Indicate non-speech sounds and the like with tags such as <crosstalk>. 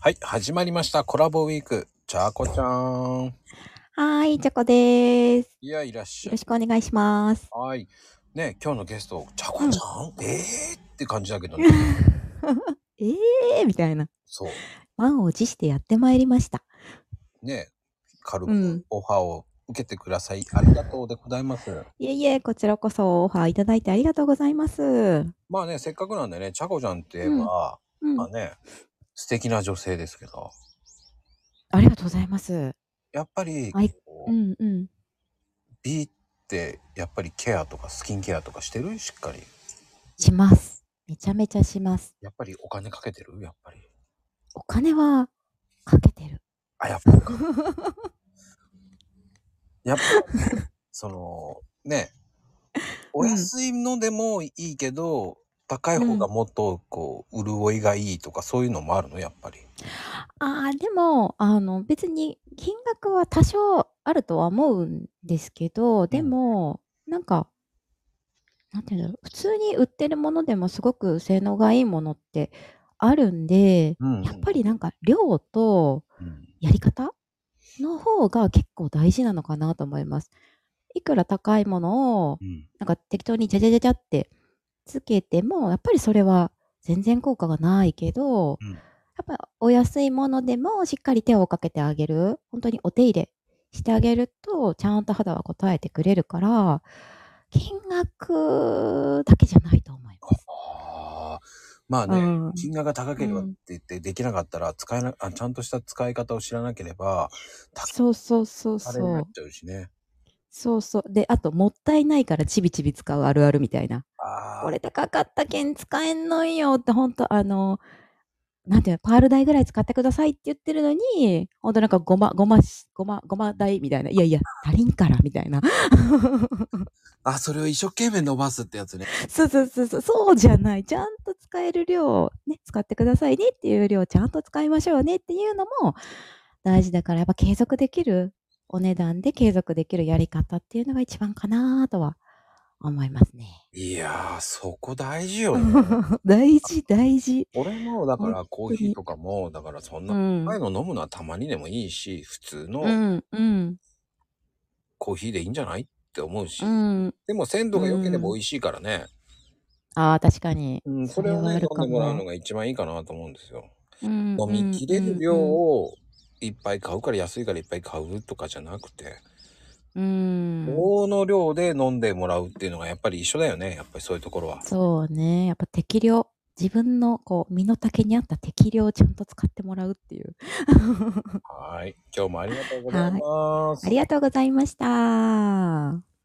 はい、始まりました。コラボウィーク。ちゃこちゃーん。はーい、チョコでーす。いや、いらっしよゃろい。しくお願いします。はい。ね、今日のゲスト、ちゃこちゃん、えーって感じだけどね。ええー、みたいな。そう。満を持してやってまいりました。ね、軽うくんオファーを受けてください。ありがとうでございます。いえいえ、こちらこそオファーいただいてありがとうございます。うん。まあね、せっかくなんでね、ちゃこちゃんって言えば、まあね、素敵な女性ですけど、ありがとうございます。やっぱり、はいこううんうん。美って、やっぱりケアとかスキンケアとかしてるしっかり。します。めちゃめちゃします。やっぱりお金かけてるやっぱり。お金はかけてる。あ、やっぱり。やっぱ、その、ね、お安いのでもいいけど、高い方がもっと、こう、潤いがいいとか、そういうのもあるの、やっぱり。ああ、でも、あの、別に金額は多少あるとは思うんですけど、でも、なんか、なんていうんだろう、普通に売ってるものでもすごく性能がいいものってあるんで、うんうんやっぱりなんか量とうん。やり方の方が結構大事なのかなと思います。いくら高いものを、うん。なんか適当にじゃじゃじゃじゃってつけても、やっぱりそれは全然効果がないけど、うんやっぱお安いものでもしっかり手をかけてあげる。本当にお手入れしてあげると、ちゃんと肌は応えてくれるから、金額だけじゃないと思います。ああ。まあね、うん金額が高ければっうてん言ってできなかったら、使えな、あ、ちゃんとした使い方を知らなければ、そうそうそうあれにそなっう。ちゃうしね。そうそう。で、あと、もったいないからちびちび使うあるあるみたいな。あこあ。れ高かったけん使えんのんよって、ほんと、あの、なんていうの、パール代ぐらい使ってくださいって言ってるのに、ほんとなんかごま、ごまし、ごま、ごま代みたいな、いやいや、足りんから、みたいな。 <laughs> あ、それを一生懸命伸ばすってやつね。そうそうそうそう、そうじゃない。ちゃんと使える量、ね、使ってくださいねっていう量、ちゃんと使いましょうねっていうのも大事だから、やっぱ継続できる、お値段で継続できるやり方っていうのが一番かなとは思いますね。いやー、そこ大事よね。大事、大事。俺もだからコ本当ーにヒーとかもだからそんう。なん前の飲むのはたまにでもいいし普通うのん、うん。コーヒーでいいんじゃないって思うし、うん。でも鮮度が良ければうん美味しいからね、ああ、確かに。うん、それをそれはねある飲んかもでもらうのが一番いいかなと思うんですよ、飲飲みきれる量。をいっぱい買うから安いからいっぱい買うとかじゃなくて、うん。うん大の量で飲んでもらうっていうのがやっぱり一緒だよねやっぱりそういうところはそうね。やっぱ適量。自分のこう身の丈に合った適量をちゃんと使ってもらうっていう。はい今日もありがとうございますありがとうございました。